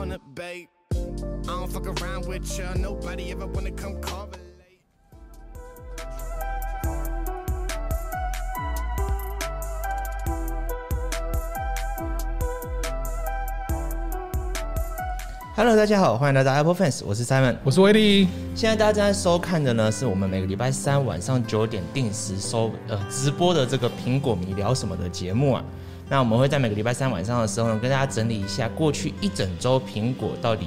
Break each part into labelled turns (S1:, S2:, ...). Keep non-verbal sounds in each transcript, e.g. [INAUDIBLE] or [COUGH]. S1: up, babe. I don't fuck around with ya. Nobody ever wanna come call me late.
S2: 哈喽，大家好，欢迎来到 Apple Fans，我是 Simon。
S3: 我是哎威力，
S2: 现在大家正在收看的呢，是我们每个礼拜三晚上九点定时收呃直播的这个苹果迷聊什么的节目啊。那我们会在每个礼拜三晚上的时候呢，跟大家整理一下过去一整周苹果到底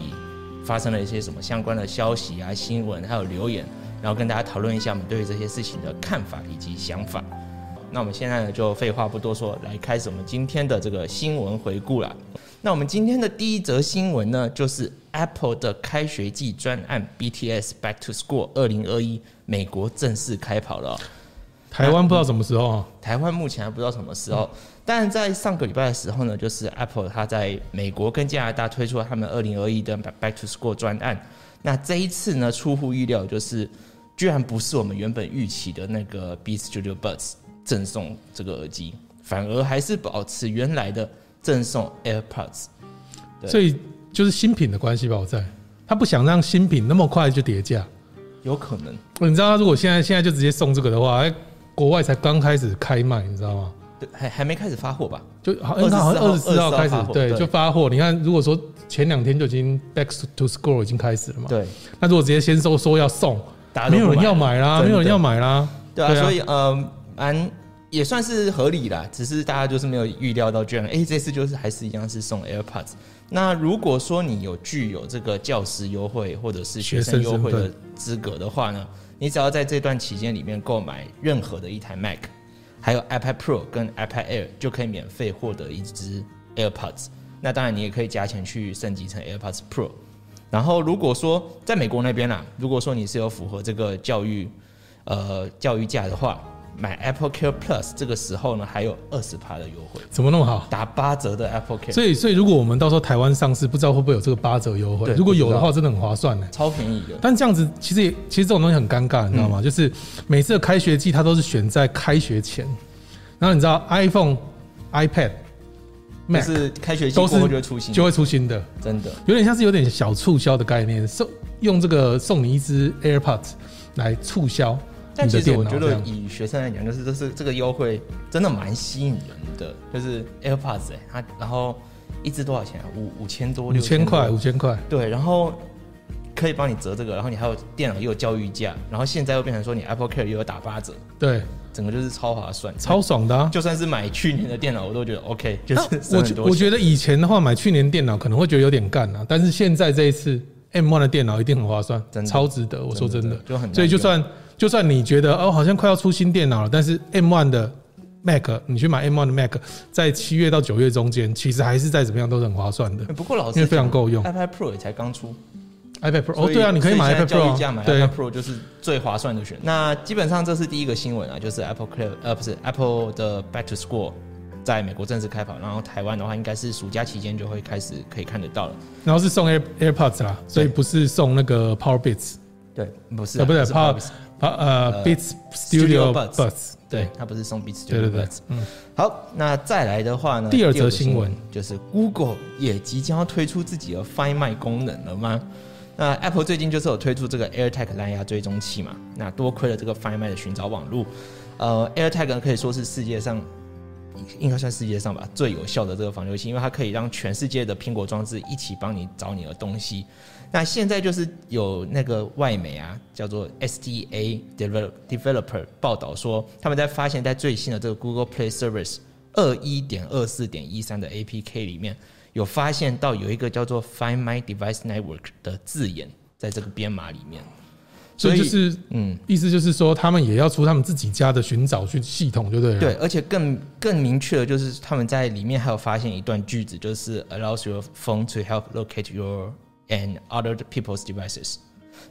S2: 发生了一些什么相关的消息啊、新闻还有留言，然后跟大家讨论一下我们对于这些事情的看法以及想法。那我们现在呢，就废话不多说，来开始我们今天的这个新闻回顾啦。那我们今天的第一则新闻呢，就是 Apple 的开学季专案 BTS Back to School 二零二一美国正式开跑了哦、
S3: 台湾不知道什么时候啊，
S2: 台湾目前还不知道什么时候，
S3: 嗯
S2: 但在上个礼拜的时候呢，就是 Apple 它在美国跟加拿大推出了他们二零二一的 Back to School 专案。那这一次呢，出乎意料，就是居然不是我们原本预期的那个 B Studio Buds 赠送这个耳机，反而还是保持原来的赠送 AirPods。对
S3: 所以就是新品的关系吧。我在他不想让新品那么快就叠价。
S2: 有可能，
S3: 你知道，如果现在现在就直接送这个的话，哎国外才刚开始开卖，你知道吗？
S2: 对，还还没开始发货吧？
S3: 就好，
S2: 24
S3: 好像
S2: 号
S3: 二十四号
S2: 24
S3: 开始
S2: 发货，
S3: 对，
S2: 对
S3: 就发货。你看，如果说前两天就已经 back to school 已经开始了嘛，。
S2: 对，
S3: 那如果直接先说说要送，
S2: 大家都
S3: 没有
S2: 不
S3: 人要买啦，
S2: 真的
S3: 没有人要买啦，
S2: 对啊，所以嗯，蛮也算是合理啦，只是大家就是没有预料到，居然哎、诶这次就是还是一样是送 AirPods。那如果说你有具有这个教师优惠或者是学生优惠
S3: 学生
S2: 的
S3: 身
S2: 资格的话呢，你只要在这段期间里面购买任何的一台 Mac，还有 iPad Pro 跟 iPad Air，就可以免费获得一支 AirPods。那当然，你也可以加钱去升级成 AirPods Pro。然后，如果说在美国那边啦，如果说你是有符合这个教育呃教育价的话，买 Apple Care Plus 这个时候呢，还有二十趴的优惠，
S3: 怎么那么好？
S2: 打八折的 Apple Care，
S3: 所以，所以如果我们到时候台湾上市，不知道会不会有这个八折优惠
S2: 对？
S3: 如果有的
S2: 不
S3: 话，真的很划算呢。
S2: 超便宜的。
S3: 但这样子其实也其实这种东西很尴尬，你知道
S2: 嗯
S3: 吗？就是每次的开学季，它都是选在开学前。然后你知道 iPhone、iPad、
S2: 就
S3: Mac
S2: 是开学季
S3: 都
S2: 过
S3: 是
S2: 后就会出新的，
S3: 就会出新的，
S2: 真的
S3: 有点像是有点小促销的概念，送用这个送你一支 AirPods 来促销
S2: 但
S3: 你
S2: 其
S3: 的
S2: 实
S3: 电
S2: 我
S3: 脑
S2: 觉
S3: 这
S2: 得
S3: 样。
S2: 以学生来讲，就是这是这个优惠真的蛮吸引人的，就是 AirPods 哎、它然后一支多少钱啊？五五千多，
S3: 五千
S2: 6000多
S3: 块，五千块，
S2: 对，然后可以帮你折这个，然后你还有电脑也有教育价，然后现在又变成说你 Apple Care 也有打八折，
S3: 对，
S2: 整个就是超划算，
S3: 超爽的啊！
S2: 就算是买去年的电脑，我都觉得 OK，就
S3: 那
S2: 是省
S3: 我
S2: 很
S3: 觉
S2: 多
S3: 我
S2: 钱。
S3: 觉得以前的话，买去年电脑可能会觉得有点干啊，但是现在这一次 M1 的电脑一定很划算
S2: 真，的
S3: 超值得。我说真的，
S2: 就很难
S3: 所以就
S2: 用
S3: 算就算你觉得哦，好像快要出新电脑了，但是 M1 的 Mac，你去买 M1 的 Mac，在七月到九月中间，其实还是再怎么样都是很划算的
S2: 欸。不过老师
S3: 因为非常够用
S2: ，iPad Pro 也才刚出
S3: iPad Pro，哦，
S2: 所以
S3: 对啊，你可以买
S2: 所
S3: iPad
S2: 现在教育
S3: Pro，
S2: 价
S3: 啊
S2: 买
S3: 对
S2: iPad Pro 就是最划算的选择。那基本上这是第一个新闻啊，就是 Apple Care 呃不是 Apple 的 Back to School 在美国正式开跑，然后台湾的话应该是暑假期间就会开始可以看得到了。
S3: 然后是送 Air AirPods 啦，所以
S2: 对
S3: 不是送那个 Power Beats，
S2: 对，不是、
S3: 呃
S2: 啊，
S3: 不是
S2: 是
S3: Power
S2: Power-
S3: Power- 呃 Beats
S2: Studio
S3: Studio
S2: Buds
S3: Buds，
S2: 对，它不是送 Beats，
S3: 对对对，
S2: 嗯，好，那再来的话呢，
S3: 第二则
S2: 个
S3: 新闻
S2: 就是 Google 也即将要推出自己的 Find My 功能了吗？那 Apple 最近就是有推出这个 AirTag 蓝牙追踪器嘛，那多亏了这个 Find My 的寻找网络，呃，AirTag 呢可以说是世界上应该算世界上吧最有效的这个防丢器，因为它可以让全世界的苹果装置一起帮你找你的东西。那现在就是有那个外媒啊，叫做 SDA develop developer 报道说，他们在发现，在最新的这个 Google Play Service 二一点二四点一三的 APK 里面，有发现到有一个叫做 Find My Device Network 的字眼在这个编码里面。
S3: 所
S2: 所
S3: 以就
S2: 以
S3: 是
S2: 嗯，
S3: 意思就是说，他们也要出他们自己家的寻找去系统，就对了。
S2: 对，，而且更更明确的就是，他们在里面还有发现一段句子，就是 allows your phone to help locate your and other people's devices，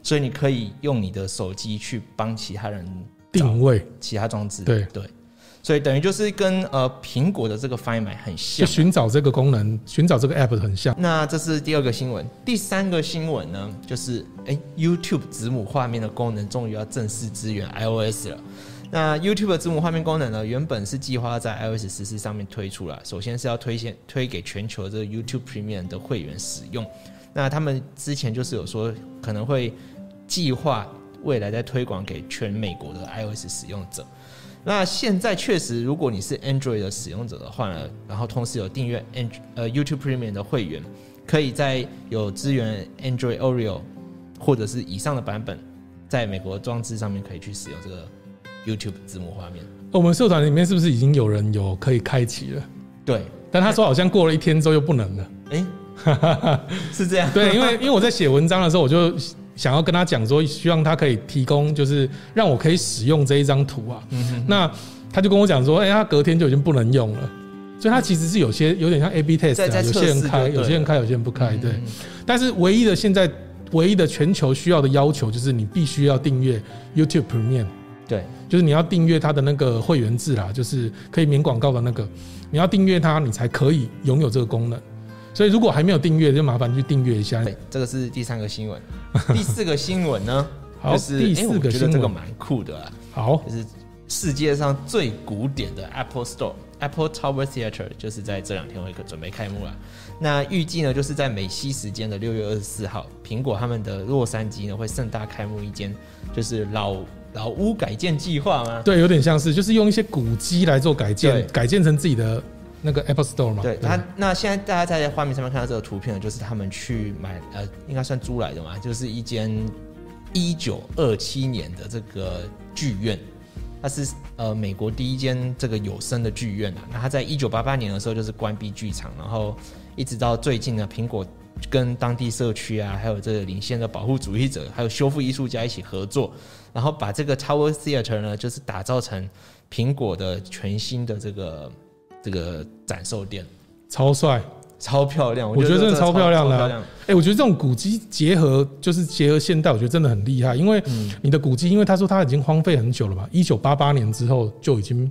S2: 所以你可以用你的手机去帮其他人找
S3: 定位
S2: 其他装置。
S3: 对
S2: 对，所以等于就是跟呃苹果的这个 Find My 很
S3: 就
S2: 像。
S3: 寻找这个功能，寻找这个 app 很像。
S2: 那这是第二个新闻，第三个新闻呢，就是哎、YouTube 子母画面的功能终于要正式支援 iOS 了。那 YouTube 的子母画面功能呢，原本是计划在 iOS 十四上面推出了，首先是要推荐推给全球这个 YouTube Premium 的会员使用。那他们之前就是有说可能会计划未来再推广给全美国的 iOS 使用者。那现在确实，如果你是 Android 的使用者的话呢，然后同时有订阅 And 呃 YouTube Premium 的会员，可以在有支援 Android Oreo 或者是以上的版本，在美国装置上面可以去使用这个 YouTube 字幕画面。
S3: 我们社团里面是不是已经有人有可以开启了？
S2: 对，
S3: 但他说好像过了一天之后又不
S2: [LAUGHS]
S3: 能了。
S2: 哎、是这样。
S3: 对，因为因为我在写文章的时候，我就想要跟他讲说，希望他可以提供，就是让我可以使用这一张图啊。
S2: 嗯
S3: 那他就跟我讲说，哎、他隔天就已经不能用了。所以他其实是有些有点像 A/B test，、
S2: 在
S3: 啊、
S2: 在
S3: 有
S2: 测
S3: 些人
S2: 试
S3: 开，
S2: 就对
S3: 有些人
S2: 了
S3: 开，有些人不开，哎对
S2: 嗯。
S3: 但是唯一的现在唯一的全球需要的要求就是你必须要订阅 YouTube Premium，
S2: 对，
S3: 就是你要订阅它的那个会员制啦，就是可以免广告的那个，你要订阅它，你才可以拥有这个功能。所以如果还没有订阅，就麻烦去订阅一下。
S2: 对，这个是第三个新
S3: [LAUGHS]
S2: 闻。第四个新闻呢，
S3: 好，
S2: 就是
S3: 第
S2: 诶
S3: 四
S2: 我
S3: 个
S2: 觉得
S3: 新
S2: 这
S3: 闻，
S2: 个蛮酷的啊，
S3: 好，
S2: 就是世界上最古典的 Apple Store Apple Tower Theater，就是在这两天会准备开幕了。那预计呢，就是在美西时间的六月二十四号，苹果他们的洛杉矶呢会盛大开幕一间，就是老老屋改建计划吗？
S3: 对，有点像是就是用一些古迹来做改
S2: 对
S3: 建，改建成自己的那个 Apple Store 嘛。
S2: 对他，那现在大家在画面上面看到这个图片呢，就是他们去买呃，应该算租来的嘛，就是一间一九二七年的这个剧院，它是呃美国第一间这个有声的剧院啊。那它在一九八八年的时候就是关闭剧场，然后一直到最近呢，苹果跟当地社区啊，还有这个领先的保护主义者，还有修复艺术家一起合作，然后把这个 Tower Theater 呢，就是打造成苹果的全新的这个。这个展售店，
S3: 超帅。
S2: 超漂亮，
S3: 我觉得真的超漂亮的啊
S2: 超亮
S3: 哎、我觉得这种古迹结合就是结合现代，我觉得真的很厉害。因为
S2: 嗯
S3: 你的古迹，因为他说他已经荒废很久了嘛，一九八八年之后就已经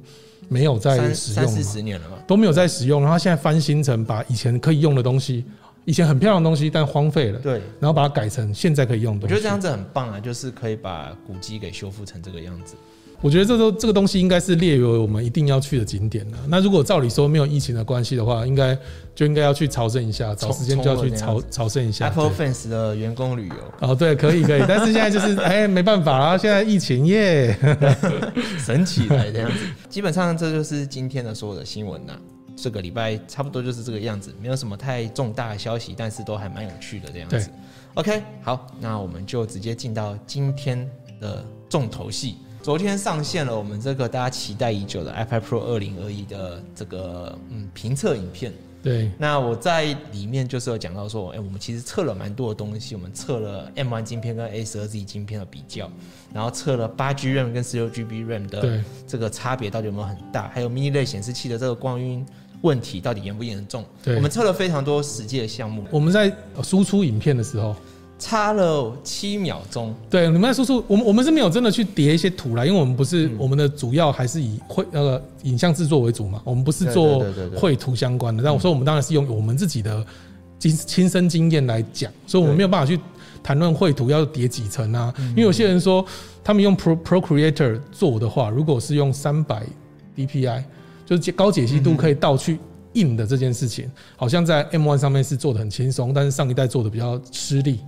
S3: 没有再
S2: 三
S3: 使
S2: 三
S3: 用
S2: 四
S3: 了嘛，
S2: 十年了嘛，
S3: 都没有再使用，然后他现在翻新成把以前可以用的东西，以前很漂亮的东西，但荒废了，
S2: 对。
S3: 然后把它改成现在可以用的
S2: 我
S3: 东
S2: 觉
S3: 西。
S2: 得这样子很棒啊，就是可以把古迹给修复成这个样子。
S3: 我觉得这都这个东西应该是列为我们一定要去的景点了。那如果照理说没有疫情的关系的话，应该就应该要去朝圣一下，找时间就要去
S2: 冲冲
S3: 朝
S2: 了
S3: 朝圣一下。对
S2: Apple Fans 的员工旅游，
S3: 哦，对，可以可以，但是现在就是哎，没办法啦，现在疫情耶。
S2: 神奇的这样子。基本上这就是今天的所有的新闻呐、啊这个礼拜差不多就是这个样子，没有什么太重大的消息，但是都还蛮有趣的这样子
S3: 对。
S2: OK，好，那我们就直接进到今天的重头戏。昨天上线了我们这个大家期待已久的 iPad Pro 二零二一的这个嗯评测影片。
S3: 对，
S2: 那我在里面就是有讲到说，哎、我们其实测了蛮多的东西，我们测了 M1 晶片跟 A 1 2 Z 晶片的比较，然后测了八 G RAM 跟十六 GB RAM 的
S3: 对
S2: 这个差别到底有没有很大，还有 Mini 类显示器的这个光晕问题到底严不严重？
S3: 对
S2: 我们测了非常多实际的项目，
S3: 我们在输出影片的时候，
S2: 差了七秒钟，
S3: 对，你们在输出，我们我们是没有真的去叠一些图啦，因为我们
S2: 嗯
S3: 不是、我们的主要还是以绘那个影像制作为主嘛，我们不是
S2: 对
S3: 做
S2: 对对对对嗯
S3: 绘图相关的。但我说我们当然是用我们自己的亲亲身经验来讲，所以我
S2: 对
S3: 们没有办法去谈论绘图要叠几层啊，因为有些人说他们用 Pro Procreator 做的话，如果是用三百 DPI，就是解高解析度可以倒去印的这件事情，好像在 M1 上面是做的很轻松，但是上一代做的比较吃力，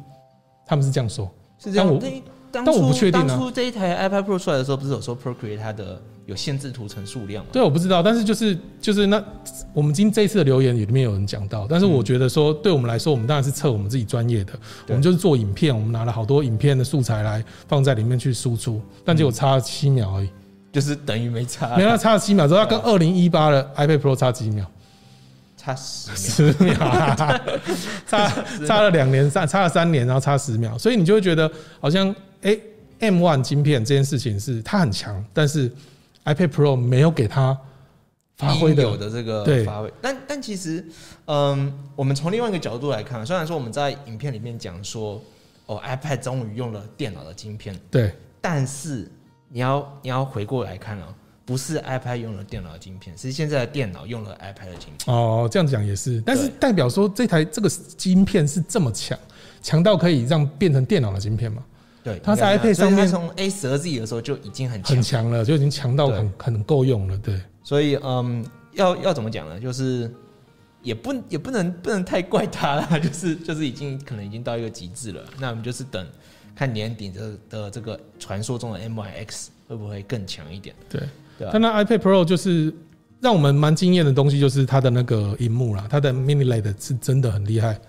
S3: 他们是这样说。
S2: 是这样
S3: 但我。
S2: 对当
S3: 但我不
S2: 初
S3: 确定啊
S2: 当初这一台 iPad Pro 出来的时候，不是有说 Procreate 它的有限制图层数量吗？
S3: 对，我不知道，但是就是就是那我们今这一次的留言里面有人讲到，但是我觉得说，对我们来说，我们当然是测我们自己专业的，我们就是做影片，我们拿了好多影片的素材来放在里面去输出，但结果差了七秒而已，
S2: 就是等于没差，
S3: 没有它啊差了七秒之后，它跟二零一八的 iPad Pro 差几秒，
S2: 差十秒。
S3: 十秒啊， [LAUGHS] 差差了两年，差差了三年，然后差十秒，所以你就会觉得好像哎、m One 晶片这件事情是它很强，但是 iPad Pro 没有给它发挥
S2: 应有
S3: 的
S2: 的这个
S3: 对
S2: 发挥。但但其实，嗯，我们从另外一个角度来看，虽然说我们在影片里面讲说，哦，iPad 终于用了电脑的晶片，
S3: 对。
S2: 但是你要你要回过来看哦，不是 iPad 用了电脑的晶片，是现在的电脑用了 iPad 的晶片。
S3: 哦，这样讲也是，但是
S2: 对
S3: 代表说这台这个晶片是这么强，强到可以让变成电脑的晶片嘛？
S2: 对，
S3: 它在
S2: 应该这
S3: iPad
S2: 样
S3: 上面
S2: 所以它从 A 1 2 Z 的时候就已经很强，
S3: 很强了，就已经强到很很够用了。对，
S2: 所以嗯，要要怎么讲呢？就是也不也不能不能太怪它啦， [LAUGHS] 就是就是已经可能已经到一个极致了。那我们就是等看年底的的这个传说中的 M Y X 会不会更强一点，
S3: 对，
S2: 对吧、
S3: 但那 iPad Pro 就是让我们蛮惊艳的东西，就是它的那个荧幕啦，它的 Mini LED 是真的很厉害，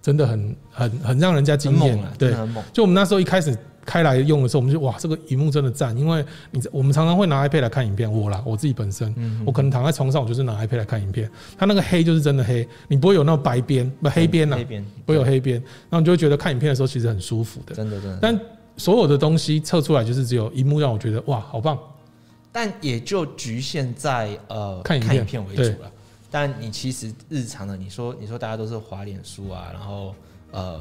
S3: 真的很很很让人家
S2: 很
S3: 惊艳
S2: 猛啊，真
S3: 对
S2: 的，很猛。
S3: 就我们那时候一开始开来用的时候，我们就哇，这个荧幕真的赞，因为你我们常常会拿 iPad 来看影片，我啦，我自己本身，我可能躺在床上，我就是拿 iPad 来看影片，它那个黑就是真的黑，你不会有那种白边不黑边呐、啊
S2: 黑边
S3: 不会有黑边，那你就会觉得看影片的时候其实很舒服的。
S2: 真的真的。
S3: 但所有的东西测出来就是只有荧幕让我觉得哇，好棒，
S2: 但也就局限在呃
S3: 看影片
S2: 为
S3: 对
S2: 主了。但你其实日常的，你说你说大家都是滑脸书啊，然后呃，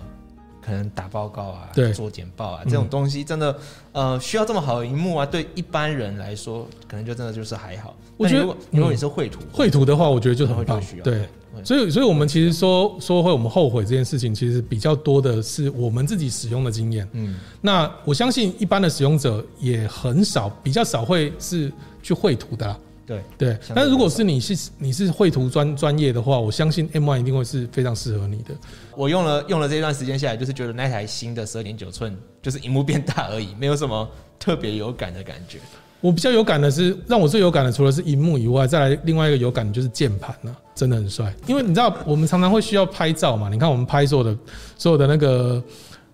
S2: 可能打报告啊，
S3: 对嗯
S2: 做简报啊，这种东西真的、呃需要这么好的荧幕啊，对一般人来说，可能就真的就是还好。
S3: 我觉得
S2: 但如果如果
S3: 嗯
S2: 你是绘图，
S3: 绘图的话，我觉得就
S2: 可能
S3: 很
S2: 会
S3: 棒
S2: 就需，要
S3: 对。，
S2: 会
S3: 所以，所以我们其实说说会我们后悔这件事情，其实比较多的是我们自己使用的经验。
S2: 嗯，
S3: 那我相信一般的使用者也很少，比较少会是去绘图的啦。
S2: 对，
S3: 对，
S2: 相对
S3: 但如果是你是你是绘图专专业的话，我相信 M One 一定会是非常适合你的。
S2: 我用了用了这段时间下来，就是觉得那台新的十二点九寸就是荧幕变大而已，没有什么特别有感的感觉。
S3: 我比较有感的是，让我最有感的除了是荧幕以外，再来另外一个有感的就是键盘呐，真的很帅。因为你知道，我们常常会需要拍照嘛，你看我们拍所有的所有的那个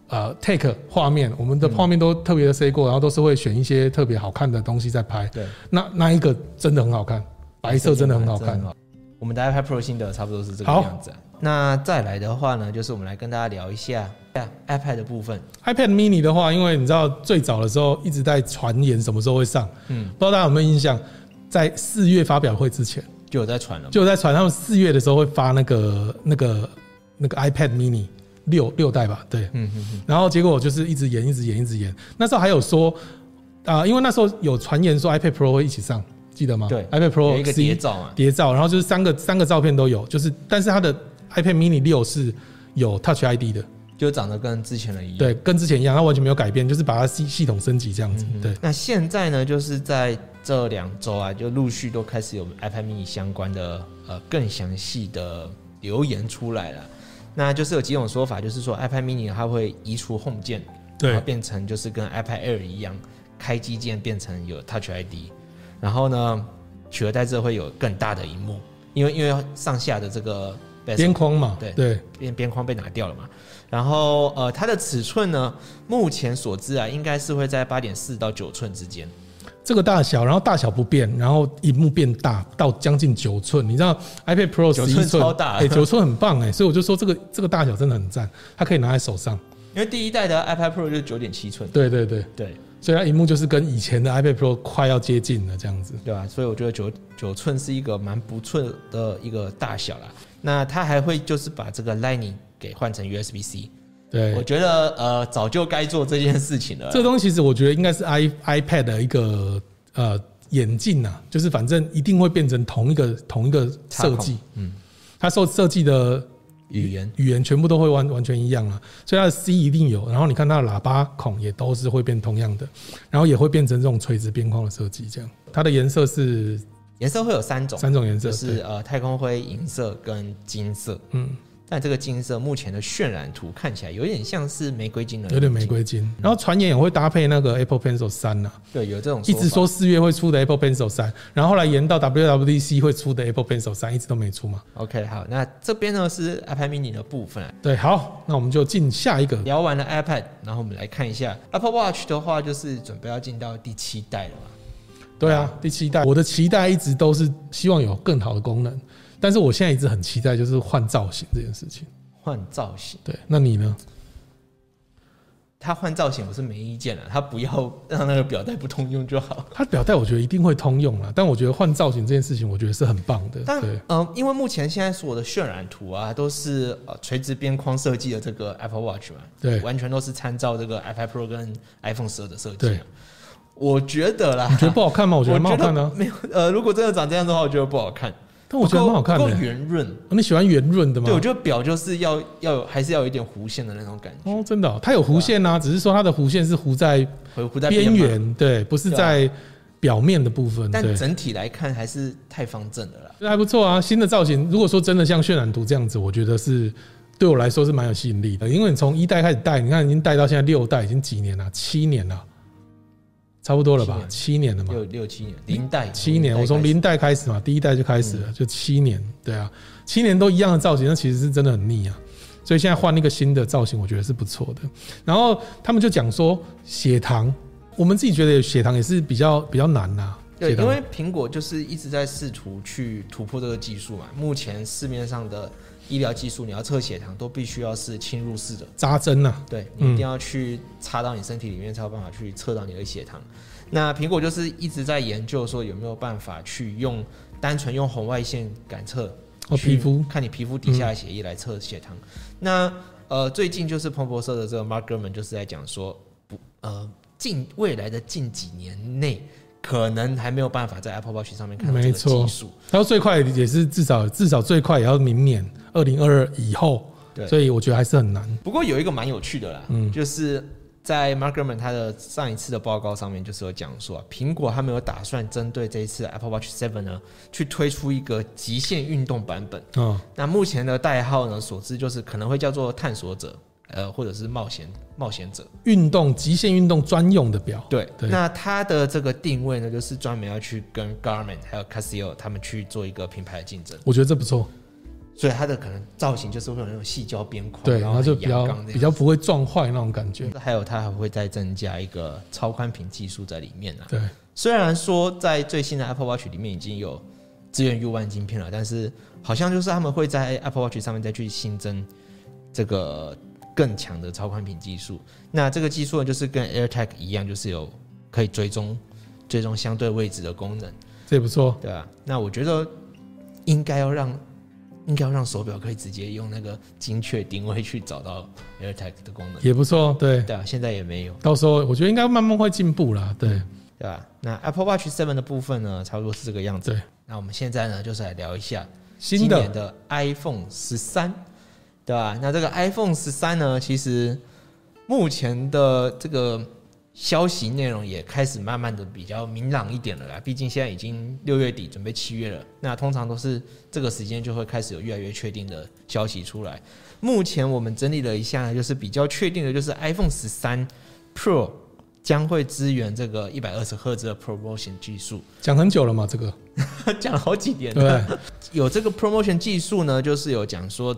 S3: 呃 take 画面，我们的画面都特别的 C 过，然后都是会选一些特别好看的东西在拍。
S2: 对，
S3: 那那一个真的很好看，白色真的很好
S2: 真的
S3: 看。
S2: 我们的 iPad Pro 新的差不多是这个
S3: 好
S2: 样子啊、那再来的话呢，就是我们来跟大家聊一下 iPad 的部分。
S3: iPad mini 的话，因为你知道最早的时候一直在传言什么时候会上，
S2: 嗯，
S3: 不知道大家有没有印象，在四月发表会之前
S2: 就有在传了嘛，
S3: 就有在传，他们四月的时候会发那个那个那个 iPad mini 六六代吧，对，
S2: 嗯嗯嗯，
S3: 然后结果就是一直延，一直延，一直延。那时候还有说，啊、因为那时候有传言说 iPad Pro 会一起上，记得吗？
S2: 对
S3: 嗯，iPad
S2: 有
S3: Pro
S2: 一个
S3: C
S2: 谍照嘛，
S3: 谍照，然后就是三个三个照片都有，就是但是它的 iPad mini 六是有 Touch ID 的，
S2: 就长得跟之前的一样。
S3: 对，跟之前一样，它完全没有改变，就是把它系系统升级这样
S2: 嗯
S3: 子。对，
S2: 那现在呢，就是在这两周啊，就陆续都开始有 iPad mini 相关的呃更详细的留言出来了。那就是有几种说法，就是说 iPad mini 它会移除 Home 键，
S3: 对
S2: 然后变成就是跟 iPad Air 一样，开机键变成有 Touch ID，然后呢，取而代之会有更大的荧幕，因为因为上下的这个
S3: 边框嘛，
S2: 对
S3: 对
S2: 边边框被拿掉了嘛。然后呃，它的尺寸呢，目前所知啊，应该是会在八点四到九寸之间。
S3: 这个大小，然后大小不变，然后荧幕变大到将近九寸。你知道 iPad Pro
S2: 九
S3: 十
S2: 寸
S3: 一寸
S2: 超大
S3: 哎，九寸很棒哎、所以我就说这个这个大小真的很赞，它可以拿在手上。
S2: 因为第一代的 iPad Pro 就是九点七寸，
S3: 对对对，
S2: 对
S3: 所以它荧幕就是跟以前的 iPad Pro 快要接近了这样子。
S2: 对吧、所以我觉得九九寸是一个蛮不错的一个大小啦。那它还会就是把这个 Lightning 给换成 USB C，我
S3: 对，
S2: 觉得呃早就该做这件事情了啦。
S3: 这个东西其实我觉得应该是 i iPad 的一个呃眼镜呐、就是反正一定会变成同一个同一个
S2: 插
S3: 设
S2: 孔
S3: 计，
S2: 嗯，
S3: 它受设计的
S2: 语言
S3: 语言全部都会完完全一样啊，所以它的 C 一定有，然后你看它的喇叭孔也都是会变同样的，然后也会变成这种垂直边框的设计，这样它的颜色是
S2: 颜色会有三种，
S3: 三种颜色，
S2: 就是
S3: 对，
S2: 呃太空灰、银色跟金色。
S3: 嗯，
S2: 但这个金色目前的渲染图看起来有点像是玫瑰金的，
S3: 有点玫，瑰金，
S2: 嗯
S3: 然后传言也会搭配那个 Apple Pencil 三呐、啊，
S2: 对，有这种
S3: 一直
S2: 法
S3: 说四月会出的 Apple Pencil 三，然后后来延到 WWDC 会出的 Apple Pencil 三，一直都没出嘛。
S2: OK 好，那这边呢是 iPad mini 的部分啊，
S3: 对，好，那我们就进下一个。
S2: 聊完了 iPad，然后我们来看一下 Apple Watch 的话，就是准备要进到第七代了嘛。
S3: 对啊，第七代，我的期待一直都是希望有更好的功能，但是我现在一直很期待就是换造型这件事情。
S2: 换造型，
S3: 对，那你呢？
S2: 它换造型我是没意见了，它不要让那个表带不通用就好。
S3: 它表带我觉得一定会通用啦，但我觉得换造型这件事情，我觉得是很棒的。
S2: 但
S3: 对，
S2: 嗯，因为目前现在所有的渲染图啊，都是呃垂直边框设计的这个 Apple Watch 嘛，
S3: 对
S2: 完全都是参照这个 iPad Pro 跟 iPhone 十二的设计。啊
S3: 对，
S2: 我觉得啦，
S3: 你觉得不好看吗？我
S2: 我
S3: 觉得蛮好看的啊、
S2: 没有，呃，如果真的长这样的话，我觉得不好看。
S3: 但我觉得蛮好看的
S2: 不够
S3: 欸、
S2: 圆润。
S3: 哦你喜欢圆润的吗
S2: 对，？我觉得表就是要要有，还是要有一点弧线的那种感觉，
S3: 哦，真的哦、它有弧线啊，只是说它的弧线是弧在
S2: 啊回弧在嘛。
S3: 边
S2: 啊
S3: 缘，对，不是在表面的部分，对
S2: 但，整体来看还是太方正了啦。
S3: 这还不错啊。新的造型，如果说真的像渲染图这样子，我觉得是对我来说是蛮有吸引力的，因为你从一代开始带，你看已经带到现在六代，已经几年了，七年了，差不多了吧？七年了嘛，
S2: 六六七年，零代
S3: 嗯七年，我从
S2: 开始嗯
S3: 零代开始嘛，第一代就开始了，就七年，对啊，七年都一样的造型，那其实是真的很腻啊。所以现在换一个新的造型，我觉得是不错的。然后他们就讲说血糖，我们自己觉得血糖也是比较比较难呐、啊
S2: 对，
S3: 血糖
S2: 因为苹果就是一直在试图去突破这个技术嘛。目前市面上的医疗技术，你要测血糖都必须要是侵入式的，
S3: 扎针啊呐、
S2: 对你
S3: 嗯
S2: 一定要去插到你身体里面才有办法去测到你的血糖。那苹果就是一直在研究说有没有办法去用单纯用红外线感测
S3: 哦，
S2: 去
S3: 皮肤嗯
S2: 看你皮肤底下的血液来测血糖。那呃，最近就是彭博社的这个 Mark Gurman 就是在讲说，不呃，近未来的近几年内，可能还没有办法在 Apple Watch 上面看到这
S3: 没
S2: 个
S3: 错
S2: 技术。
S3: 然后最快也是至少至少最快也要明年二零二二以后，
S2: 对，
S3: 所以我觉得还是很难。
S2: 不过有一个蛮有趣的啦，
S3: 嗯
S2: 就是在 Mark Gurman 他的上一次的报告上面，就是有讲说、啊，苹果他们有打算针对这一次 Apple Watch Seven 呢，去推出一个极限运动版本。
S3: 嗯，
S2: 那目前的代号呢，所知就是可能会叫做探索者，呃，或者是冒险冒险者。
S3: 运动极限运动专用的表，
S2: 对，
S3: 对
S2: 那它的这个定位呢，就是专门要去跟 Garmin 还有 Casio 他们去做一个品牌的竞争，
S3: 我觉得这不错。
S2: 所以它的可能造型就是会有那种细胶边框，
S3: 对，
S2: 哦然
S3: 然
S2: 后
S3: 后就
S2: 很
S3: 比
S2: 阳
S3: 较
S2: 刚这
S3: 比
S2: 样。
S3: 较不会撞坏那种感觉。
S2: 还有它还会再增加一个超宽屏技术在里面啊。
S3: 对，
S2: 虽然说在最新的 Apple Watch 里面已经有支援 U 1晶片了，但是好像就是他们会在 Apple Watch 上面再去新增这个更强的超宽屏技术。那这个技术呢，就是跟 AirTag 一样，就是有可以追踪追踪相对位置的功能，
S3: 这也不错。
S2: 对吧、啊那我觉得应该要让应该要让手表可以直接用那个精确定位去找到 AirTag 的功能，
S3: 也不错，对。
S2: 对啊，现在也没有。
S3: 到时候我觉得应该慢慢会进步啦，对，
S2: 对吧？那 Apple Watch Seven 的部分呢，差不多是这个样子。
S3: 对，
S2: 那我们现在呢，就是来聊一下
S3: 新
S2: 今年
S3: 的
S2: 的 iPhone 十三，对吧？那这个 iPhone 十三呢，其实目前的这个消息内容也开始慢慢的比较明朗一点了啦。毕竟现在已经六月底，准备七月了。那通常都是这个时间就会开始有越来越确定的消息出来。目前我们整理了一下呢，就是比较确定的，就是 iPhone 十三 Pro 将会支援这个一百二十赫兹的 ProMotion 技术。 [LAUGHS]
S3: 讲很久了嘛，这个
S2: 讲了好几年了，
S3: 对，
S2: [LAUGHS] 有这个 promotion 技术呢，就是有讲说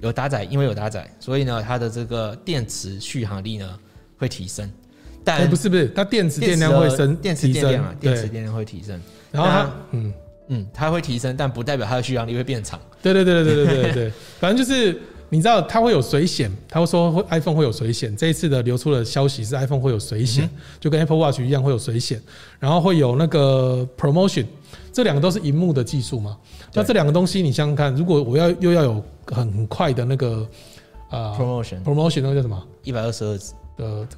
S2: 有搭载，因为有搭载，所以呢，它的这个电池续航力呢会提升，但
S3: 哎不是不是，它电池电量
S2: 的
S3: 会升，
S2: 电池
S3: 提
S2: 电
S3: 升
S2: 量啊，电池
S3: 对，
S2: 电量会提升，
S3: 然后它
S2: 那
S3: 嗯，
S2: 嗯，它会提升，但不代表它的续航力会变长，
S3: 对对对对对对对对， [LAUGHS] 反正就是你知道它会有水显，它会说会 iPhone 会有水显，这一次的流出的消息是 iPhone 会有水
S2: 嗯
S3: 显，就跟 Apple Watch 一样会有水显，然后会有那个 promotion，这两个都是荧幕的技术嘛，那
S2: 对
S3: 这两个东西你想想看，如果我要又要有很很快的那个啊
S2: promotion
S3: promotion 那个叫什么？
S2: 一百二十赫兹
S3: 呃，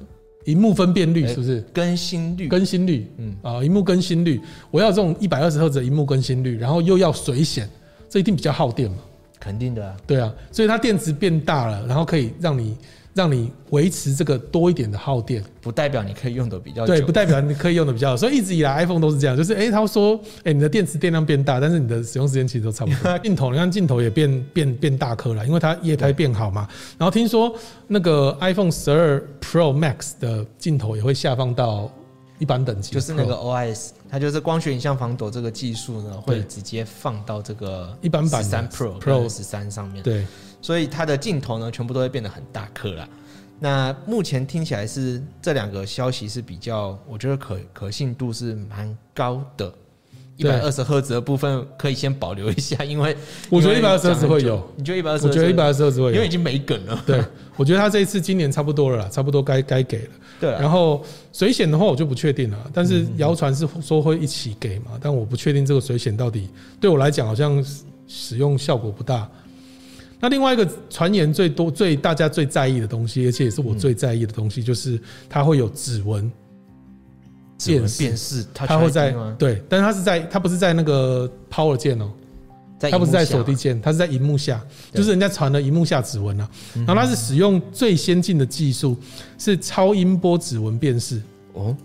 S3: 荧幕分辨率是不是、
S2: 更新率，
S3: 更新率？
S2: 哎嗯
S3: 嗯啊，荧幕更新率，我要这种一百二十赫兹的荧幕更新率，然后又要水显，这一定比较耗电嘛？
S2: 肯定的、啊，
S3: 对啊，所以它电池变大了，然后可以让你让你维持这个多一点的耗电，
S2: 不代表你可以用的比较久，
S3: 对，不代表你可以用的比较好，所以一直以来 iPhone 都是这样，就是诶，他说诶，你的电池电量变大，但是你的使用时间其实都差不多。镜头，你看镜头也变变变大颗了，因为它液态变好嘛。然后听说那个 iPhone 十二 Pro Max 的镜头也会下放到一般等级，
S2: 就是那个 OIS，它就是光学影像防抖这个技术呢，会
S3: 对
S2: 直接放到这个
S3: 一般版的
S2: 三 Pro
S3: Pro
S2: 十三上面
S3: Pro，。对，
S2: 所以它的镜头呢，全部都会变得很大颗啦。那目前听起来是这两个消息是比较，我觉得可可信度是蛮高的。一
S3: 对
S2: 百二十赫兹的部分可以先保留一下，因为
S3: [LAUGHS] 我觉得
S2: 因为
S3: 一百二十赫兹会
S2: 讲很
S3: 有
S2: 久，你觉得一百二十？
S3: 我觉得一百，二十赫兹会
S2: 因
S3: 有
S2: 为已。经没梗了。
S3: 对，我觉得它这一次今年差不多了啦，差不多该该给了。
S2: 对啊，
S3: 然后水险的话我就不确定了，但
S2: 嗯
S3: 是谣传是说会一起给嘛，但我不确定这个水险到底对我来讲好像使用效果不大。那另外一个传言最多、最大家最在意的东西，而且也是
S2: 嗯
S3: 我最在意的东西，就是它会有指纹，
S2: 指纹
S3: 辨识
S2: 辨识，它
S3: 它会在
S2: 吗？
S3: 对，但是它是在它不是在那个 Power 键哦、
S2: 在
S3: 它不是在
S2: 荧幕下
S3: 手递键，它是在荧幕下，就是人家传了荧幕下指纹啊。
S2: 嗯
S3: 然后它是使用最先进的技术，是超音波指纹辨识。
S2: 哦，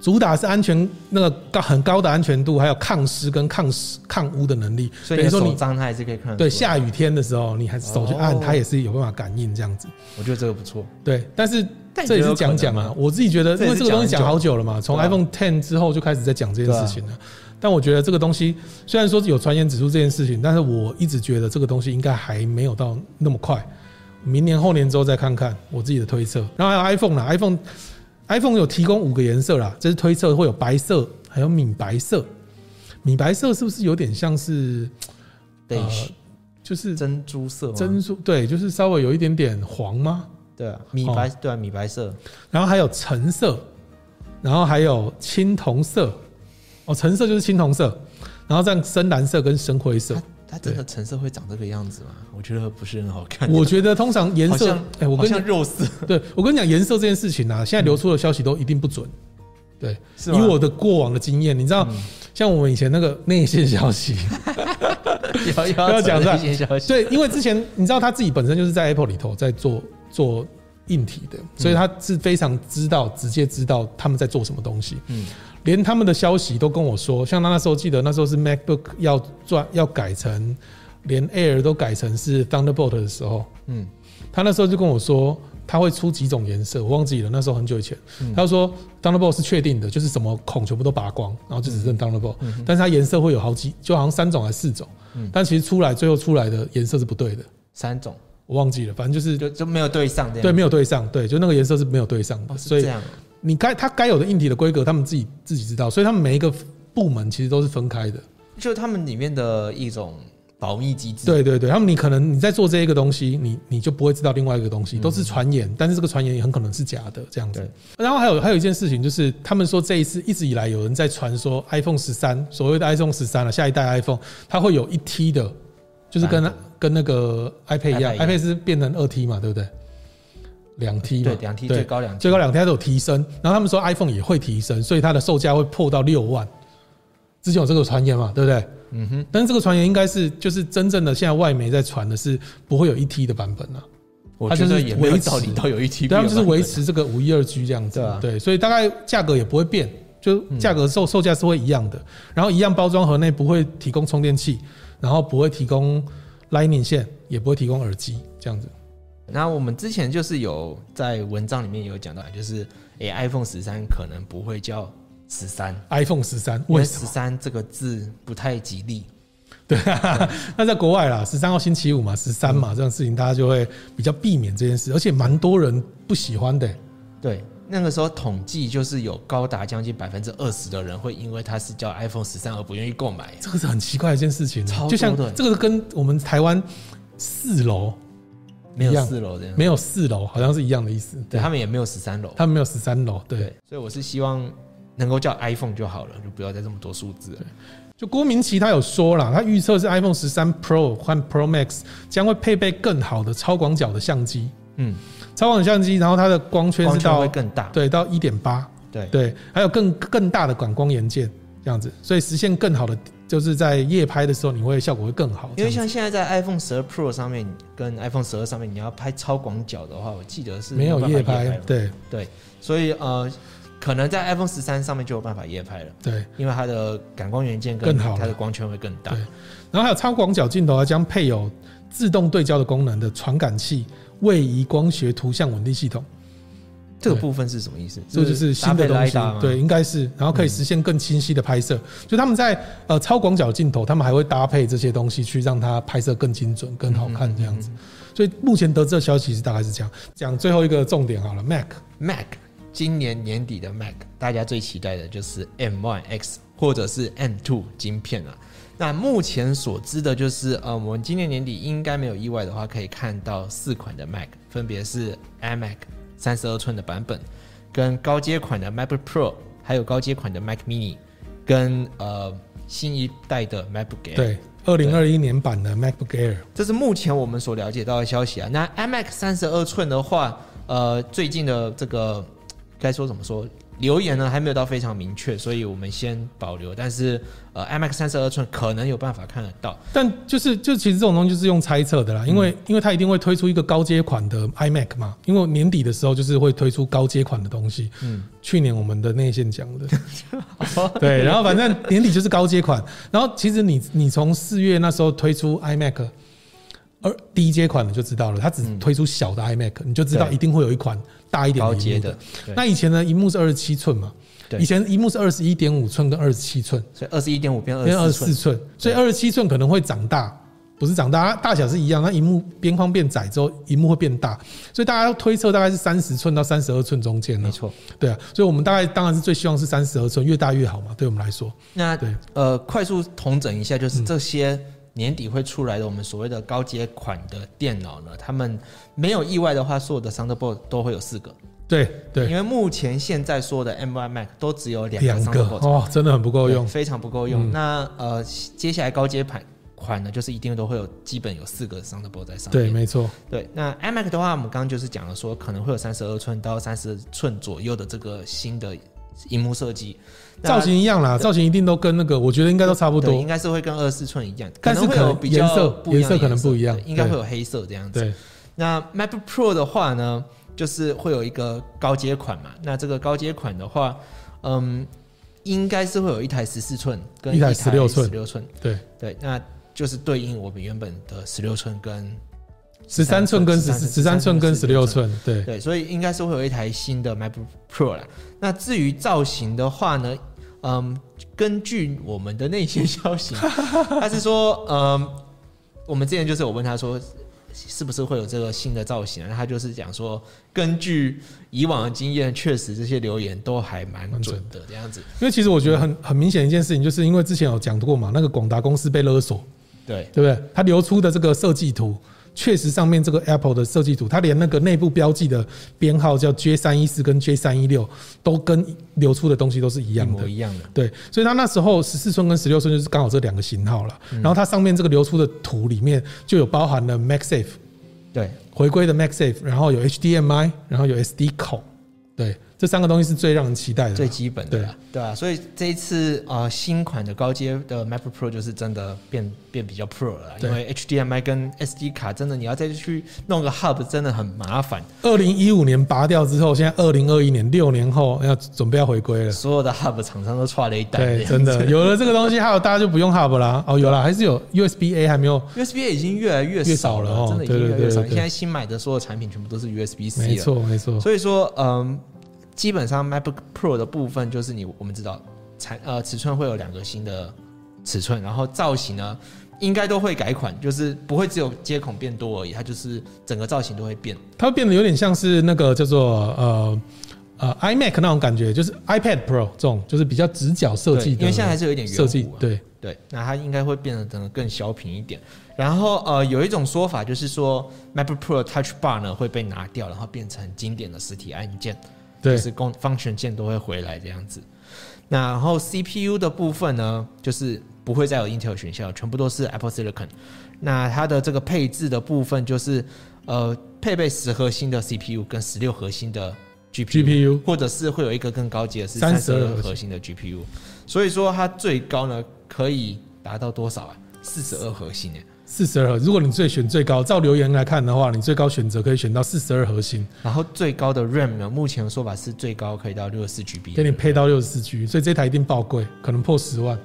S3: 主打是安全那个高很高的安全度，还有抗湿跟抗湿抗污的能力。
S2: 所以你
S3: 等于
S2: 的
S3: 说
S2: 手
S3: 你
S2: 脏它还是可以看得
S3: 对
S2: 出来
S3: 下雨天的时候，你还是手去按，
S2: 哦
S3: 它也是有办法感应这样子。
S2: 我觉得这个不错。
S3: 对，但是
S2: 但你
S3: 这也
S2: 觉得有
S3: 是
S2: 可能
S3: 讲讲啊
S2: 吗，
S3: 我自己觉得，
S2: 这也
S3: 因
S2: 是
S3: 为这个东西
S2: 讲
S3: 讲
S2: 很久
S3: 好久了嘛，从
S2: 对啊
S3: iPhone Ten 之后就开始在讲这件事情了。但我觉得这个东西虽然说有传言指出这件事情，但是我一直觉得这个东西应该还没有到那么快，明年后年之后再看看我自己的推测。然后还有 iPhone 啦，iPhone iPhone 有提供五个颜色啦，这是推测会有白色，还有米白色。米白色是不是有点像是
S2: 对，
S3: 就是
S2: 珍珠色吗？
S3: 呃珍珠？对，就是稍微有一点点黄吗？
S2: 对啊，米白
S3: 哦
S2: 对啊，米白色。
S3: 然后还有橙色，然后还有青铜色，哦，橙色就是青铜色，然后这样深蓝色跟深灰色
S2: 它。它真的橙色会长这个样子吗？我觉得不是很好看。
S3: 我觉得通常颜
S2: 好
S3: 色
S2: 像，
S3: 哎，我
S2: 好
S3: 跟
S2: 像
S3: 你
S2: 肉丝，
S3: 对我跟你讲颜色这件事情啊，现在流出的消息都一定不准。对，
S2: 是吗嗯
S3: 以我的过往的经验，你知道，像我们以前那个内线消息，
S2: [LAUGHS] 要
S3: 不 [LAUGHS] 要讲
S2: 扯
S3: 出来
S2: 一些消息。
S3: 对，因为之前你知道他自己本身就是在 Apple 里头在做做硬体的，所以他是非常知道直接知道他们在做什么东西。
S2: 嗯
S3: 连他们的消息都跟我说，像他那时候记得那时候是 MacBook 要转要改成连 Air 都改成是 Thunderbolt 的时候，
S2: 嗯，
S3: 他那时候就跟我说他会出几种颜色，我忘记了，那时候很久以前，
S2: 嗯
S3: 他就说 Thunderbolt 是确定的，就是什么孔全部都拔光，然后就只剩 Thunderbolt，、但
S2: 嗯
S3: 是它颜色会有好几，就好像三种还是四种，但其实出来最后出来的颜色是不对的，
S2: 三种
S3: 我忘记了，反正就是
S2: 就就没有对上这样。
S3: 对没有对上，对，就那个颜色是没有对上的，
S2: 哦，是
S3: 所以
S2: 这样。
S3: 你该它该有的硬体的规格，他们自己自己知道，所以他们每一个部门其实都是分开的。
S2: 就是他们里面的一种保密机制。
S3: 对对对，他们你可能你在做这一个东西，你你就不会知道另外一个东
S2: 嗯
S3: 西，都是传言，但是这个传言也很可能是假的这样子
S2: 对。
S3: 然后还有还有一件事情就是，他们说这一次一直以来有人在传说 iPhone 十三，所谓的 iPhone 十三了，啊下一代 iPhone 它会有一 T 的，就是跟
S2: 版
S3: 跟那个 iPad
S2: iPad
S3: 一样
S2: 一样
S3: ，iPad 是变成二 T 嘛，对不对？两 T 嘛，
S2: 对，两 T 最高两 T，
S3: 最高两天都有提升，然后他们说 iPhone 也会提升，所以它的售价会破到六万。之前有这个传言嘛，对不对？
S2: 嗯哼，
S3: 但是这个传言应该是就是真正的，现在外媒在传的是不会有一 T 的版本啊，
S2: 我觉得也没有
S3: 维持
S2: 道理到有一 T，
S3: 对，他们就是维持这个五一二 G 这样子
S2: 啊对啊，
S3: 对，所以大概价格也不会变，就价格售售价是会一样的，然后一样包装盒内不会提供充电器，然后不会提供 Lightning 线，也不会提供耳机这样子。
S2: 那我们之前就是有在文章里面有讲到，就是诶、i p h o n e 十三可能不会叫十三，
S3: iPhone 十三
S2: 因
S3: 为
S2: 为
S3: 什么
S2: 十？三这个字不太吉利。
S3: [LAUGHS] 对啊，那在国外啦，十三号星期五嘛，十三
S2: 嗯
S3: 嘛，这种事情大家就会比较避免这件事，而且蛮多人不喜欢的、
S2: 对，那个时候统计就是有高达将近百分之二十的人会因为它是叫 iPhone 十三而不愿意购买。
S3: 这个是很奇怪的一件事情、啊
S2: 超多的
S3: 就像这个跟我们台湾四楼
S2: 嗯没有
S3: 一样
S2: 四楼这样，
S3: 没有四楼好像是一样的意思，
S2: 对他
S3: 他们
S2: 们也没有十三楼。
S3: 他们没有十三楼，对。
S2: 对，所以我是希望能够叫 iPhone 就好了，就不要再这么多数字了。
S3: 就郭明奇他有说啦，他预测是 iPhone 十三 Pro 和 Pro Max 将会配备更好的超广角的相机，
S2: 嗯，
S3: 超广角相机，然后它的光圈
S2: 光
S3: 是
S2: 圈
S3: 到
S2: 会更大。
S3: 对到一点八，
S2: 对
S3: 对，还有更更大的感光元件这样子，所以实现更好的，就是在夜拍的时候，你会效果会更好。
S2: 因为
S3: 这
S2: 像
S3: 样
S2: 现在在 iPhone 十二 Pro 上面跟 iPhone 十二上面，你要拍超广角的话，我记得
S3: 子
S2: 是
S3: 没有
S2: 办法
S3: 夜
S2: 夜
S3: 拍
S2: 了，
S3: 对
S2: 所以呃，可能在 iPhone 十三上面就有办法夜拍了，
S3: 对。
S2: 因为它的感光元件跟
S3: 更好了
S2: 它的光圈会更大
S3: 对。然后还有超广角镜头，它将配有自动对焦的功能的传感器、位移光学图像稳定系统，
S2: 这个部分是什么意思？
S3: 这就是
S2: 搭
S3: 新
S2: 配
S3: 的东西
S2: LiDAR 吗，
S3: 对，应该是，然后可以实现更清晰的拍摄。就他们在呃超广角镜头，他们还会搭配这些东西去让它拍摄更精准、更好看这
S2: 嗯
S3: 样子。所以目前得知的消息是大概是这样。讲最后一个重点好了，Mac。
S2: Mac，今年年底的 Mac，大家最期待的就是 M1X 或者是 M2 晶片啊。那目前所知的就是，呃，我们今年年底应该没有意外的话，可以看到四款的 Mac，分别是 iMac 三十二寸的版本，跟高阶款的 MacBook Pro，还有高阶款的 Mac Mini，跟呃新一代的 MacBook Air。
S3: 对，二零二一年版的 MacBook Air，
S2: 这是目前我们所了解到的消息啊。那 iMac 三十二寸的话，呃，最近的这个该说怎么说？留言呢还没有到非常明确，所以我们先保留。但是呃，IMAX 三十二寸可能有办法看得到。
S3: 但就是就其实这种东西就是用猜测的啦，因
S2: 嗯
S3: 为、因为它一定会推出一个高阶款的 iMac 嘛，因为年底的时候就是会推出高阶款的东西。
S2: 嗯
S3: 嗯，去年我们的内线讲
S2: [LAUGHS]
S3: 的，哦对，然后反正年底就是高阶款。然后其实你你从四月那时候推出 iMac，而低阶款你就知道了，它只推出小的 iMac，、你就知道
S2: 嗯对
S3: 一定会有一款大一点
S2: 高
S3: 的
S2: 阶
S3: 屏幕
S2: 的。，对
S3: 那以前呢，荧幕是二十七寸嘛，
S2: 对
S3: 以前荧幕是二十一点五寸跟二十七寸。
S2: 所以二十一点五变
S3: 变
S2: 二
S3: 二
S2: 十
S3: 十
S2: 四
S3: 四
S2: 寸，
S3: 寸，所以二十七寸可能会长大，不是长大，啊它大小是一样，那荧幕边框变窄之后，荧幕会变大，所以大家推测大概是三十寸到三十二寸中间
S2: 没
S3: 了。
S2: 错。
S3: 对啊，所以我们大概当然是最希望是三十二寸，越大越好嘛，对我们来说。
S2: 那
S3: 对嗯
S2: 呃，快速统整一下，就是这些年底会出来的我们所谓的高阶款的电脑呢，他们没有意外的话，所有的 Thunderbolt 都会有四个，
S3: 对对，
S2: 因为目前现在所有的 M1 Mac 都只有两
S3: 两个
S2: Thunderbolt，
S3: 哦，真的很不够
S2: 对
S3: 用。
S2: 非常不够用。
S3: 嗯
S2: 那呃，接下来高阶款款呢，就是一定都会有基本有四个 Thunderbolt 在上面。
S3: 对，没错，
S2: 对，那 iMac 的话，我们刚刚就是讲了说，可能会有三十二寸到三十寸左右的这个新的荧幕设计，那
S3: 造型一样啦，造型一定都跟那个，我觉得应该都差不
S2: 啊对，
S3: 多
S2: 应。该是会跟二十四寸一样，
S3: 但是
S2: 能会有
S3: 可能
S2: 比较
S3: 颜色
S2: 不一样的
S3: 颜色可能不一样
S2: 对应该
S3: 对
S2: 会有黑色这样子。
S3: 对，
S2: 那 MacBook Pro 的话呢，就是会有一个高阶款嘛，那这个高阶款的话，嗯，应该是会有一台十四寸跟
S3: 一台
S2: 16
S3: 16
S2: 寸，
S3: 寸
S2: 十六寸，
S3: 对，
S2: 对，那就是对应我们原本的十六寸跟
S3: 十三寸跟十
S2: 13
S3: 十三寸跟十六寸，对，
S2: 对，所以应该是会有一台新的 MacBook Pro 啦。那至于造型的话呢，嗯，根据我们的内线消 [LAUGHS] 息，他是说，嗯，我们之前就是我问他说，是不是会有这个新的造型、啊？那他就是讲说，根据以往的经验，确实这些留言都还蛮
S3: 蛮
S2: 准
S3: 准
S2: 的这样子。
S3: 因为其实我觉得很很明显一件事情，就是因为之前有讲过嘛，那个广达公司被勒索，
S2: 对，
S3: 对不对？它流出的这个设计图，确实上面这个 Apple 的设计图，它连那个内部标记的编号叫 J 三一四跟 J 三一六，都跟流出的东西都是一
S2: 一
S3: 样
S2: 模
S3: 的。
S2: 一样的。
S3: 对，所以它那时候十四寸跟十六寸就是刚好这两个型号了。
S2: 嗯
S3: 然后它上面这个流出的图里面就有包含了 MagSafe
S2: 对，
S3: 回归的 MagSafe，然后有 HDMI，然后有 SD 口，对，这三个东西是最让人期待的啦。
S2: 最基本的啦，对啊，所以这一次呃新款的高阶的 MacBook Pro 就是真的变变比较 Pro 了啦，
S3: 对
S2: 因为 HDMI 跟 SD 卡真的你要再去弄个 Hub 真的很麻烦，
S3: 二零一五年拔掉之后，现在二零二一年六年后要准备要回归了。
S2: 所有的 Hub 厂商都差了一代这样
S3: 对，
S2: 子，[LAUGHS]
S3: 真的有了这个东西，还有大家就不用 Hub 啦。哦，有啦，还是有 USB A 还没有，
S2: USB 已经越来越少
S3: 越少
S2: 了，
S3: 了哦
S2: 真的已经越来越
S3: 对对对
S2: 少。
S3: 对
S2: 你
S3: 对
S2: 现在新买的所有产品全部都是 USB C 了，
S3: 没错没错，
S2: 所以说，嗯，基本上 MacBook Pro 的部分就是你我们知道产呃尺寸会有两个新的尺寸，然后造型呢应该都会改款，就是不会只有接孔变多而已，它就是整个造型都会变。
S3: 它会变得有点像是那个叫做呃呃 iMac 那种感觉，就是 iPad Pro 这种，就是比较直角设计
S2: 对
S3: 的，
S2: 因为现在还是有一点圆弧啊
S3: 设计，对，
S2: 对，那它应该会变得整个更小品一点。然后呃，有一种说法就是说，MacBook Pro Touch Bar 呢会被拿掉，然后变成经典的实体按键。
S3: 对
S2: 就是功 function 键都会回来这样子。那然后 CPU 的部分呢，就是不会再有 Intel 选项，全部都是 Apple Silicon。那它的这个配置的部分就是，呃，配备十核心的 CPU 跟十六核心的 GPU，,
S3: GPU
S2: 或者是会有一个更高级的是三十二
S3: 32
S2: 核心的 GPU。所以说它最高呢可以达到多少啊？四十二核心耶。
S3: 四十二核。如果你最选最高，照留言来看的话，你最高选择可以选到四十二核心，
S2: 然后最高的 RAM 呢，目前的说法是最高可以到六十四 GB，
S3: 给你配到六十四 G，所以这台一定爆贵，可能破十万。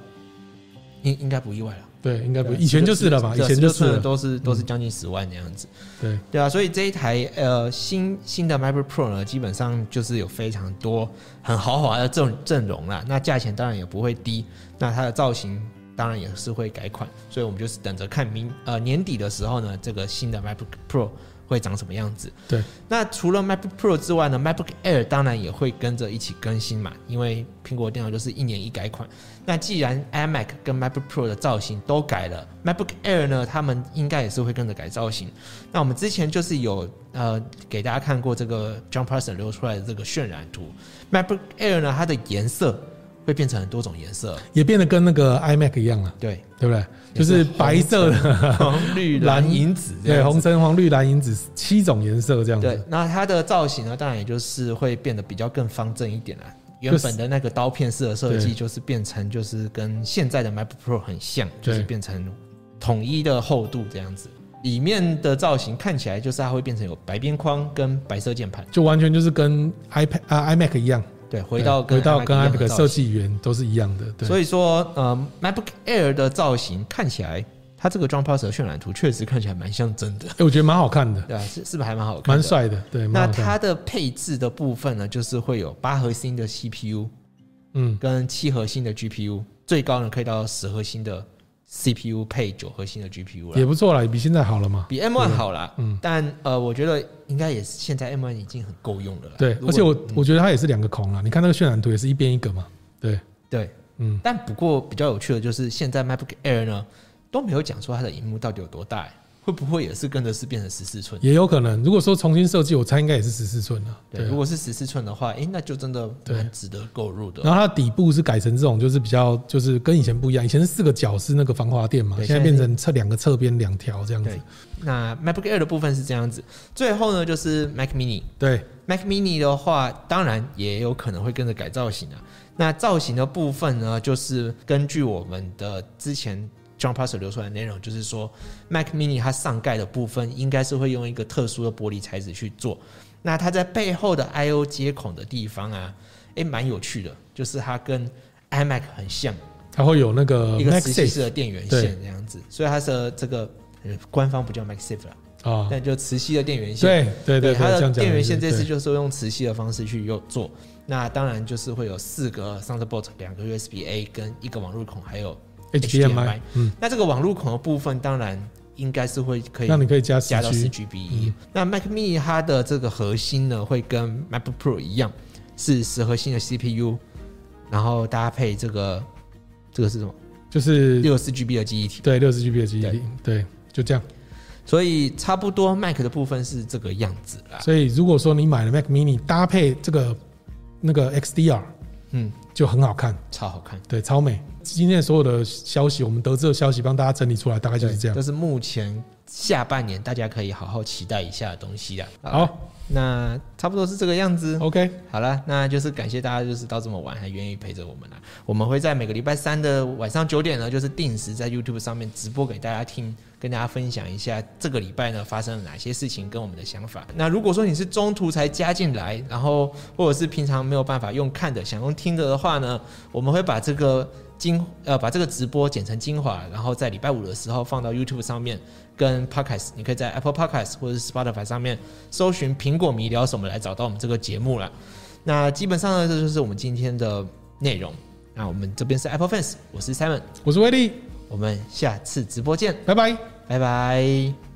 S2: 应应该不意外了。
S3: 对，应该不，
S2: 对啊
S3: 以前就是了嘛，以前就
S2: 16
S3: 是
S2: 寸的
S3: 了，嗯
S2: 都是都是将近十万这样子，
S3: 对。
S2: 对啊，所以这一台呃新新的 MacBook Pro 呢，基本上就是有非常多很豪华的阵阵容啦，那价钱当然也不会低，那它的造型当然也是会改款，所以我们就是等着看明呃年底的时候呢，这个新的 MacBook Pro 会长什么样子。
S3: 对，
S2: 那除了 MacBook Pro 之外呢，MacBook Air 当然也会跟着一起更新嘛，因为苹果电脑就是一年一改款。那既然 iMac 跟 MacBook Pro 的造型都改了，MacBook Air 呢，他们应该也是会跟着改造型。那我们之前就是有呃给大家看过这个 John Parson 留出来的这个渲染图，MacBook Air 呢，它的颜色会变成很多种颜色，
S3: 也变得跟那个 iMac 一样了，
S2: 对，
S3: 对不对？就是白色的，
S2: 红、绿、蓝、银、紫这
S3: 对，
S2: 样子。
S3: 红、橙、黄、绿、蓝、银、紫七种颜色这样
S2: 对
S3: 子。，
S2: 那它的造型呢，当然也就是会变得比较更方正一点啦。啊原本的那个刀片式的设计，
S3: 对
S2: 就是变成就是跟现在的 MacBook Pro 很像，就
S3: 对
S2: 是变成统一的厚度这样子。里面的造型看起来就是它会变成有白边框跟白色键盘，
S3: 就完全就是跟 iPad 啊 iMac 一样，
S2: 对，回到跟
S3: 对回到跟
S2: iMac 一样的
S3: iMac
S2: 造
S3: 设
S2: 型
S3: 计语言都是一样的，对，
S2: 所以说，呃，MacBook Air 的造型看起来，它这个 John Prosser 渲染图确实看起来蛮像真的，
S3: 哎我觉得蛮好看的，
S2: 对啊，是是不是还蛮好看？
S3: 蛮。帅的，对，
S2: 那
S3: 蛮好看的
S2: 它的配置的部分呢，就是会有八核心的 CPU
S3: 嗯
S2: 跟七核心的 GPU，最高呢可以到十核心的 CPU 配九核心的 GPU
S3: 也
S2: 了，
S3: 不错啦，比现在好了嘛，
S2: 比 M1 好啦。
S3: 嗯
S2: 但呃，我觉得应该也是现在 M1 已经很够用了啦。
S3: 对
S2: 如，果嗯
S3: 而且我我觉得它也是两个孔啊啦，你看那个渲染图也是一边一个嘛，对，
S2: 对，
S3: 嗯，
S2: 但不过比较有趣的就是，现在 MacBook Air 呢都没有讲说它的荧幕到底有多大、欸，会不会也是跟着是变成十四寸？
S3: 也有可能，如果说重新设计，我猜应该也是十四寸了，
S2: 对，
S3: 啊
S2: 如果是十四寸的话，诶，那就真的蛮值得购入的。哦
S3: 然后它底部是改成这种，就是比较就是跟以前不一样，以前是四个角是那个防滑垫嘛，
S2: 对
S3: 现
S2: 现
S3: 在
S2: 在
S3: 变
S2: 是
S3: 成侧两个侧边两条这样子
S2: 对。那 MacBook Air 的部分是这样子，最后呢就是 Mac Mini。
S3: 对，
S2: Mac Mini 的话，当然也有可能会跟着改造型啊。那造型的部分呢，就是根据我们的之前 John Prosser 流出来的内容，就是说 Mac Mini 它上盖的部分应该是会用一个特殊的玻璃材质去做。那它在背后的 I/O 接孔的地方啊，诶，蛮有趣的，就是它跟 iMac 很像，
S3: 它会有那个
S2: 一个磁吸式
S3: MagSafe
S2: 的电源
S3: 呃对
S2: 线这样子，所以它的这个呃官方不叫 MagSafe 啦，
S3: 啊，
S2: 但就磁吸的电源线。
S3: 对对对，
S2: 它
S3: 这
S2: 的
S3: 样讲
S2: 电源线
S3: 也
S2: 这
S3: 是
S2: 次
S3: 对
S2: 就是用磁吸的方式去又做，那当然就是会有四个 Thunderbolt、两个 USB A 跟一个网路孔，还有
S3: HDMI，嗯，
S2: 那这个网路孔的部分，当然应该是会可以
S3: 那你可以加
S2: 加到四
S3: 10G，
S2: GB 一、
S3: 嗯
S2: 那 Mac Mini 它的这个核心呢，会跟 MacBook Pro 一样，是十核心的 CPU，然后搭配这个这个是什么？
S3: 就是
S2: 六十四 GB 的记忆体。
S3: 对六十 GB 的记忆体，对，就这样。
S2: 所以差不多 Mac 的部分是这个样子啦。
S3: 所以如果说你买了 Mac Mini 搭配这个那个 XDR，
S2: 嗯，
S3: 就很好看，
S2: 超好看。
S3: 对，超美。今天所有的消息，我们得知的消息帮大家整理出来，大概就是这样
S2: 这。是目前下半年大家可以好好期待一下的东西啦。啊，
S3: 好
S2: 那差不多是这个样子。
S3: ，OK，
S2: 好了，那就是感谢大家，就是到这么晚还愿意陪着我们啦。我们会在每个礼拜三的晚上九点呢，就是定时在 YouTube 上面直播给大家听，跟大家分享一下这个礼拜呢发生了哪些事情跟我们的想法。那如果说你是中途才加进来，然后或者是平常没有办法用看的，想用听的的话呢，我们会把这个精呃把这个直播剪成精华，然后在礼拜五的时候放到 YouTube 上面。跟 Podcast，你可以在 Apple Podcast 或者是 Spotify 上面搜寻“苹果迷聊什么”来找到我们这个节目啦。那基本上呢，这就是我们今天的内容。那我们这边是 Apple Fans，我是 Simon，
S3: 我是威力，
S2: 我们下次直播见，
S3: 拜拜。
S2: 拜拜。